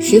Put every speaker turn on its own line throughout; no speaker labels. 十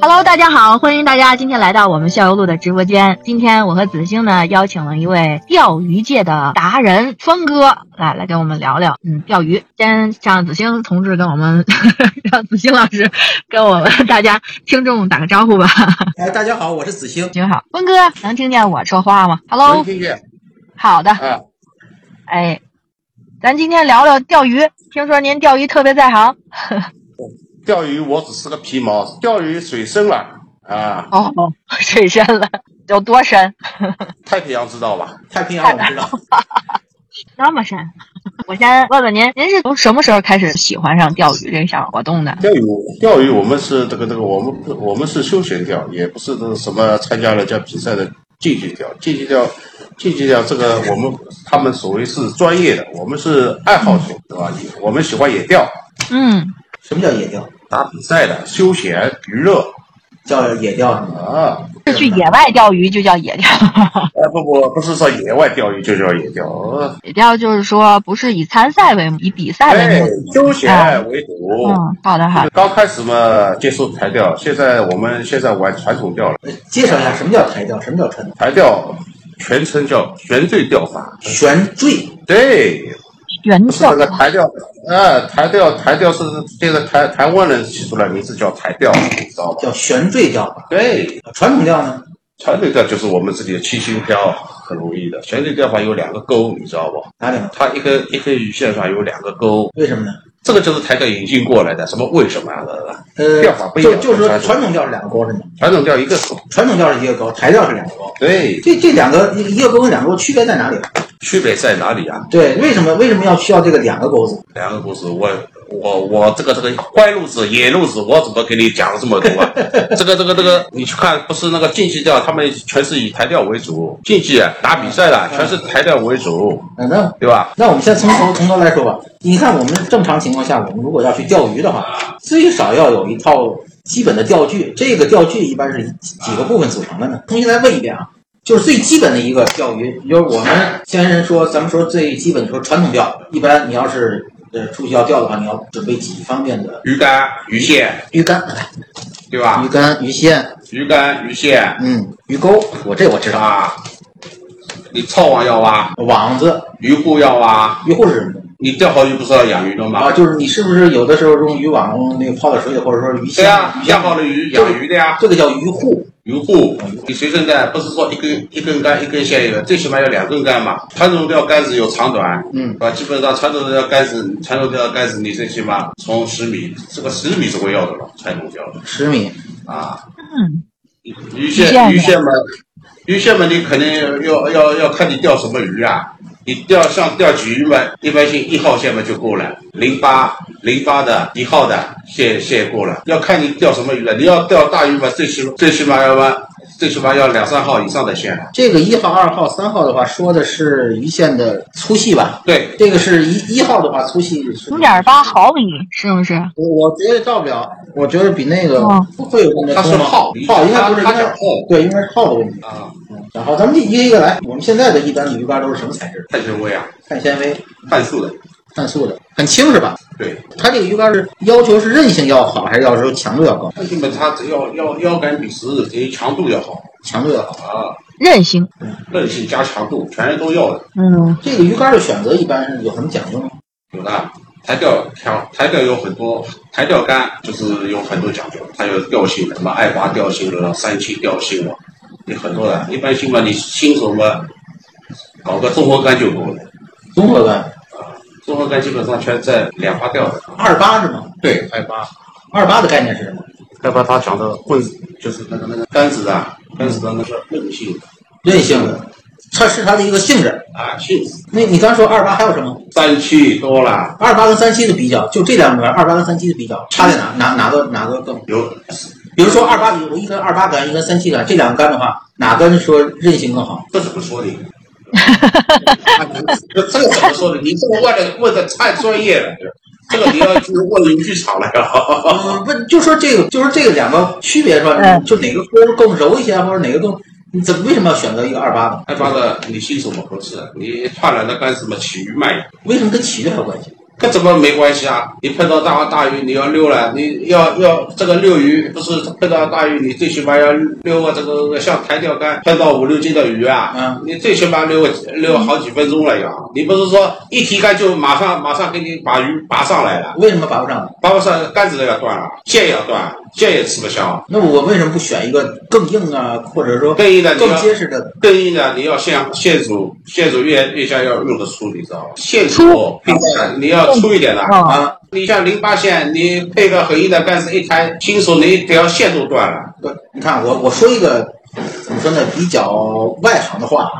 Hello，大家好，欢迎大家今天来到我们校友路的直播间。今天我和子星呢邀请了一位钓鱼界的达人峰哥来来跟我们聊聊，嗯，钓鱼。先让子星同志跟我们， 让子星老师跟我们大家听众打个招呼吧。
哎，大家好，我是子星，
您好，峰哥，能听见我说话吗
能
？Hello，
听见？
好的，
啊，
哎，咱今天聊聊钓鱼。听说您钓鱼特别在行
钓鱼我只是个皮毛，钓鱼水深了啊，
哦， 水深了，有多深？
太平洋知道吧？太平洋我知道，
那么深？我先问问您，您是从什么时候开始喜欢上钓鱼这项活动的？
钓鱼钓鱼我们是这个这个，我们不我们是休闲钓，也不是这个什么参加了叫比赛的竞技钓，竞技钓。竞技钓这个我们他们所谓是专业的，我们是爱好者，对吧？也我们喜欢野钓，
嗯，
什么叫野钓？
打比赛的，休闲娱乐
叫野钓是吗？
啊。
是去野外钓鱼就叫野钓，
哎不不不是说野外钓鱼就叫野钓，呃
野钓就是说不是以参赛为目，以比赛为
哎
目。，
休闲哦为主。
嗯，好的好的，
刚开始嘛，接触台钓，现在我们现在玩传统钓了。
介绍一下什么叫台钓，什么叫船钓？
台钓全称叫悬坠钓法，
悬坠，
对，
原
不是那
钓
个台钓，啊，台钓台钓是现在台台湾人起出来名字叫台钓，你知道吧？
叫悬坠钓法。
对，
传统钓呢？
传统钓就是我们自己的七星钓，很容易的。悬坠钓法有两个钩，你知道吧？
哪里呢？
它一根一根鱼线上有两个钩，
为什么呢？
这个就是台钓引进过来的。什么为什么啊？
呃，
钓法不一样
就就是说
跟传
传统钓是两个钩是吗？
传统钓一个钩，
传统钓是一个钩，台钓是两个钩。
对，
这这两个一个钩跟两个钩区别在哪里？
区别在哪里啊？
对，为什么为什么要需要这个两个钩子？
两个故事，我我我这个这个歪路子、野路子，我怎么给你讲了这么多 啊？这个这个这个，你去看，不是那个竞技钓，他们全是以台钓为主，竞技啊打比赛啦，全是台钓为主，
嗯，那
对吧？
那我们先从头从头来说吧。你看，我们正常情况下，我们如果要去钓鱼的话，最少要有一套基本的钓具。这个钓具一般是几几个部分组成的呢？重新来问一遍啊，就是最基本的一个钓鱼，就是我们先人说，咱们说最基本说传统钓，一般你要是呃出去要钓的话，你要准备几方面的
鱼竿、鱼线，
鱼竿、
对吧
鱼？竿、鱼线，
鱼竿、鱼线
嗯，鱼钩，我这我知道，
啊，你臭网要挖，
网子、
鱼护要挖，
鱼护是什么？
你钓好鱼不是要养鱼的
啊，
吗？
就是你是不是有的时候用渔网用那个泡点水里，或者说鱼
对
线、
呀、
鱼线
养好了鱼
这个
养鱼的呀，
这个叫鱼护，
鱼护，你随身带不是说一根一根杆一根线有的，最起码要两根杆嘛。传统钓竿子有长短，
嗯，
啊，基本上传统钓竿子，传统钓竿子你最起码从十米，这个十米是会要的了，传统钓的
十米，
啊。
嗯，
鱼
鱼线
线
呢
鱼线嘛，鱼线嘛，你肯定要要要看你钓什么鱼啊。你钓像钓鲫鱼嘛，一般性一号线嘛就够了，零八零八的一号的线线够了。要看你钓什么鱼了，你要钓大鱼嘛，最起最起码要吧，最起码要两三号以上的线。
这个一号、二号、三号的话，说的是鱼线的粗细吧？
对，
这个是一一号的话，粗细是
零点八。毫米是不是？
我我觉得到不了，我觉得比那个
哦
会有那么
它是
多吗
号
号应该不是
它它
应该
叫号
对，应该是号的问题。
啊，
嗯然后咱们一个一个来，我们现在的一般的鱼竿都是什么材质？
碳纤维啊，
碳纤维、
碳素的，
碳素的，很轻是吧？
对，
它这个鱼竿是要求是韧性要好，还是要求强度要高？
最起码它只要要腰杆比实，你强度要好
强度要好。
啊，
韧性，
韧性加强度，全是都要的。
嗯，
这个鱼竿的选择一般是有什么讲究吗？
有的台钓条台钓有很多台钓竿，就是有很多讲究，它有调性的，什么爱华调性了，三七调性了，有很多的。一般性嘛，你新手嘛，搞个综合竿就够了。啊
综合竿，
综合竿基本上全在两发钓的。
二八是吗？
对，爱八，
二八的概念是什么？
爱八他讲的棍子就是那个那个杆子啊，杆子的那个韧性，
韧性的，它是它的一个性质。
啊，去
那你刚说二八还有什么？
三七多了，
二八跟三七的比较，就这两个二八跟三七的比较，差在哪？哪哪个哪个更？
有
比如说二八，比如一根二八杆，一根三七杆，这两个杆的话，哪根说韧性更好？
这怎么说的？啊这这个怎么说的？你这个问的问的太专业了，这个你要去问游剧场来了。
呃，不，就说这个，就说这个两个区别说，
嗯
就哪个钩更柔一些，或者哪个更？你怎么为什么要选择一个二八呢？
二八的，你信什么不是？你串了那干什么奇鱼卖？
为什么跟体育还有关系？
跟怎么没关系啊？你碰到大大鱼，你要溜了，你要要这个溜鱼，不是碰到大鱼，你最起码要溜个这个像抬钓竿，碰到五六斤的鱼啊，
嗯
你最起码溜个溜好几分钟了要。你不是说一提竿就马上马上给你把鱼拔上来了，
为什么拔不上来？
拔不上杆子都要断了，啊线也要断，线也吃不消。啊
那我为什么不选一个更硬啊，或者说
更硬的你要
更结实的？
更硬的，你要线线组线组越越下要用的粗，你知道吧？线组
粗
并不难你要粗一点的。
哦，
啊，
你像零八线，你配个很硬的杆子一抬，新手你一条线啊都断了。
不，你看我我说一个怎么说呢，比较外行的话啊，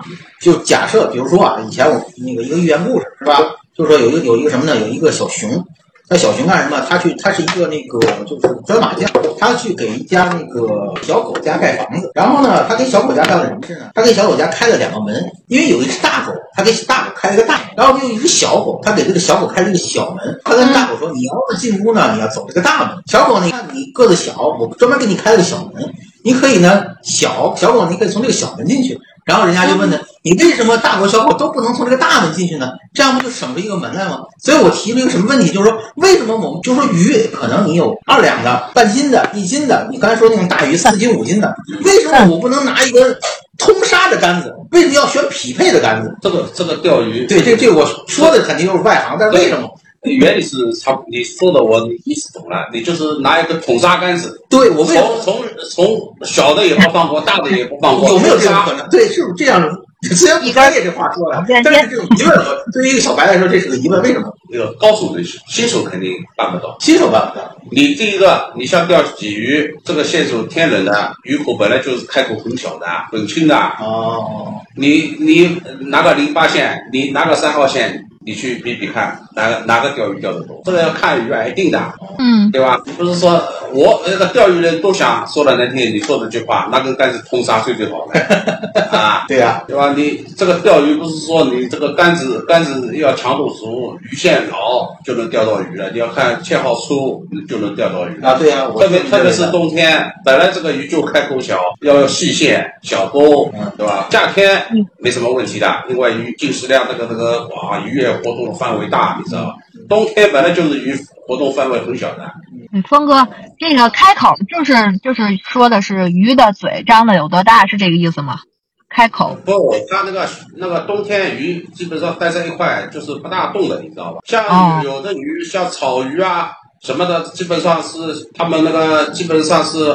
就假设比如说啊，以前我那个一个寓言故事是吧？就是说有一个有一个什么呢？有一个小熊，那小熊干什么？他去他是一个那个就是钻马匠，他去给一家那个小狗家盖房子。然后呢，他给小狗家干了什么事呢？他给小狗家开了两个门，因为有一只大狗，他给大狗开了一个大门，然后就有一只小狗，他给这个小狗开了一个小门。他跟大狗说：“你要是进屋呢，你要走这个大门。”小狗呢，看你个子小，我专门给你开了个小门，你可以呢小小狗，你可以从这个小门进去。然后人家就问他，你为什么大狗小狗都不能从这个大门进去呢？这样不就省出一个门来吗？所以我提了一个什么问题，就是说为什么我们就说鱼，可能你有二两的、半斤的、一斤的，你刚才说那种大鱼四斤五斤的，为什么我不能拿一根通杀的杆子？为什么要选匹配的杆子？
这个这个钓鱼，
对，这这我说的肯定就是外行，但是为什么？
原理是差不，你说的我意思懂了。你就是拿一个捅杀杆子，
对我为什么
从从从小的也不放过，大的也不放过，
有没有这种
杀
可能？对，是不是这样的？虽然你刚才也这话说了，但是这种疑问，我对于一个小白来说，这是个疑问，为什么？
那个高手的新手肯定办不到。
新手办不到。
你第一个，你像钓鲫鱼，这个线索天冷的，鱼口本来就是开口很小的，很轻的。
哦，
你你拿个零八线，你拿个三号线，你去比比看，哪个哪个钓鱼钓得多？这个要看鱼啊，一定的，
嗯，
对吧？不是说我那个钓鱼人都想说的难听，你说这句话，那根杆子通杀最最好了啊。
对呀、
对吧？你这个钓鱼不是说你这个杆子杆子要强度足，鱼线牢就能钓到鱼了。你要看切号粗就能钓到鱼
啊，。对呀、我
特别
是这么
特别
认为
是
的
冬天，本来这个鱼就开口小，要有细线、小钩
嗯，
对吧？夏天没什么问题的，因为鱼进食量这个这个哇，鱼也活动的范围大，你知道吧？
嗯
冬天本来就是鱼活动范围很小的，
嗯峰哥，这个开口就是就是说的是鱼的嘴张的有多大，是这个意思吗？开口，
不，它那个那个冬天鱼基本上待在一块就是不大动的，你知道吧？像
哦
有的鱼，像草鱼啊什么的，基本上是它们那个基本上是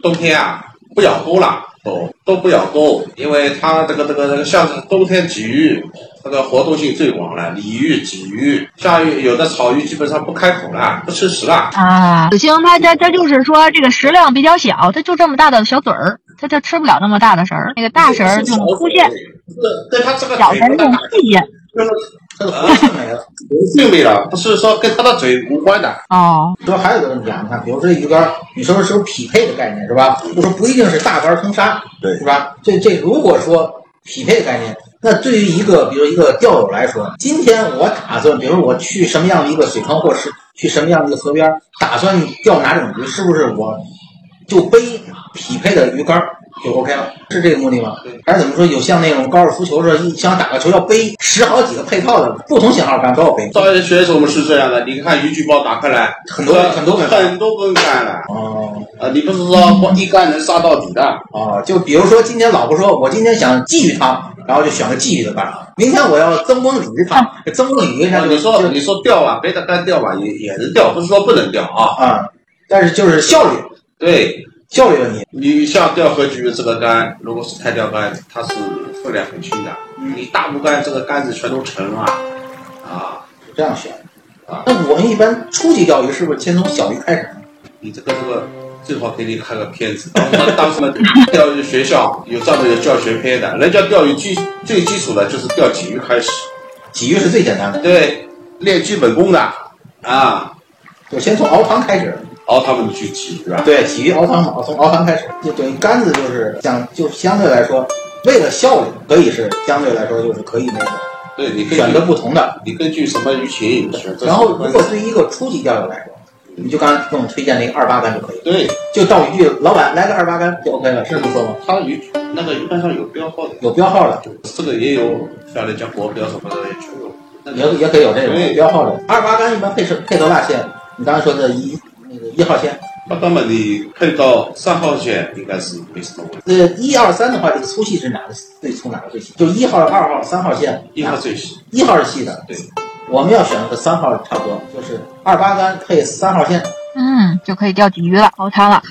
冬天啊不咬钩了，都都不咬钩，因为它这个这个这个像是冬天鲫鱼。它的活动性最广了，鲤鱼、鲫鱼，像有的草鱼基本上不开口了，不吃食了。
啊，子星他他他就是说这个食量比较小，他就这么大的小嘴儿，他就吃不了那么大的食儿，那个大食儿就能出现，
对，对它这个
小
腿
神
不大
种细节。
就是
它的活性没了。
性味了，不是说跟它的嘴无关的。
哦，
说还有一个问题啊，你看，比如说这鱼竿，你说是不是匹配的概念是吧？我说不一定是大竿通杀，
对
是吧？这这如果说匹配的概念，那对于一个比如一个钓友来说，今天我打算，比如我去什么样的一个水坑，或是去什么样的一个河边，打算钓哪种鱼，是不是我就背匹配的鱼竿就 OK 了？是这个目的吗
对？
还是怎么说？有像那种高尔夫球似的，一想打个球要背十好几个配套的不同型号杆都要背，
专业选手们是这样的，你看渔具包打开来，
很多很多根
很多根杆了。
哦。
啊，你不是说我一杆能杀到底的？
哦，就比如说今天老婆说，我今天想鲫鱼汤，然后就选个鲫鱼的干儿。明天我要增光鲤鱼汤，增光鲤鱼
啊
上就
你说
就
你说钓吧，别的杆钓吧，也也能钓，不是说不能钓啊。
啊，但是就是效率
对
效率问题。
你像钓河鲫鱼这个杆，如果是太钓杆，它是分量很轻的。你大木杆这个杆子全都沉了，啊，
这样选
啊。
那我们一般初级钓鱼是不是先从小鱼开始呢？
你这个这个正好给你看个片 子。当当时呢，钓鱼学校有专门有教学片的，人家钓鱼基最基础的就是钓鲫鱼开始，
鲫鱼是最简单的，
对，练基本功的啊，
就先从熬汤开始。
熬他们去鲫鱼啊，
对，鲫鱼熬汤嘛，从熬汤开始，就等于杆子就是相就相对来说，为了效率，可以是相对来说就是可以那个
对你根
选
据
择不同的。
你根据什么鱼情选择什么，
然后如果对于一个初级钓友来说，你就刚才跟我推荐那个二八杆就可以了，
对
就到一句老板来个二八杆就 OK 了，是这么说吗？
它鱼那个鱼竿上有标号的，
有标号的，
这个也有像人家国标什么的也全有，那
也
个
也可以有这种
对
标号的。二八杆一般配是配多大线？你刚才说的一那个一号线，
那那么你配到三号线应该是没什么问题，
呃，一二三的话，这个粗细是哪个最粗，哪个最细？就一号、二号、三号线，
一号最细，
一号是细的，
对，
我们要选个三号差不多，就是二八杆配三号线，
嗯，就可以钓鲫鱼了，熬汤了。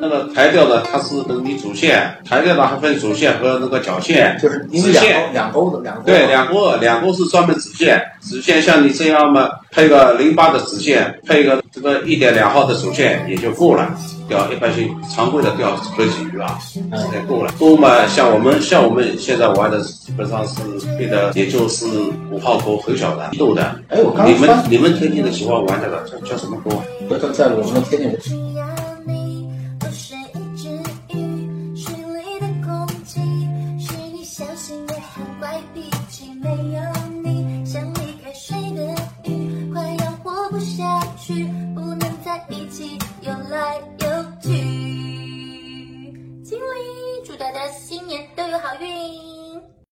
那个台钓呢，它是等你主线，台钓呢还分主线和那个绞线，
就是因为
直
两
线
钩两钩子两钩子
对，两锅两锅是专门直线，直线像你这样嘛，配个零八的直线，配个这个一点两号的主线也就够了。钓一般性常规的钓河鲫鱼啊，也够了。钩嘛，像我们像我们现在玩的，基本上是配的也就是五号钩，很小的，豆的。
哎，我刚
你
刚
们你们天津的喜欢玩那个叫叫什么钩啊？
回头在我们的天津人
只要你和水一直一，水里的空气是你小心的好坏脾气，没有你像离开水的鱼，快要活不下去，不能在一起游来游去。经理，祝大家新年都有好运。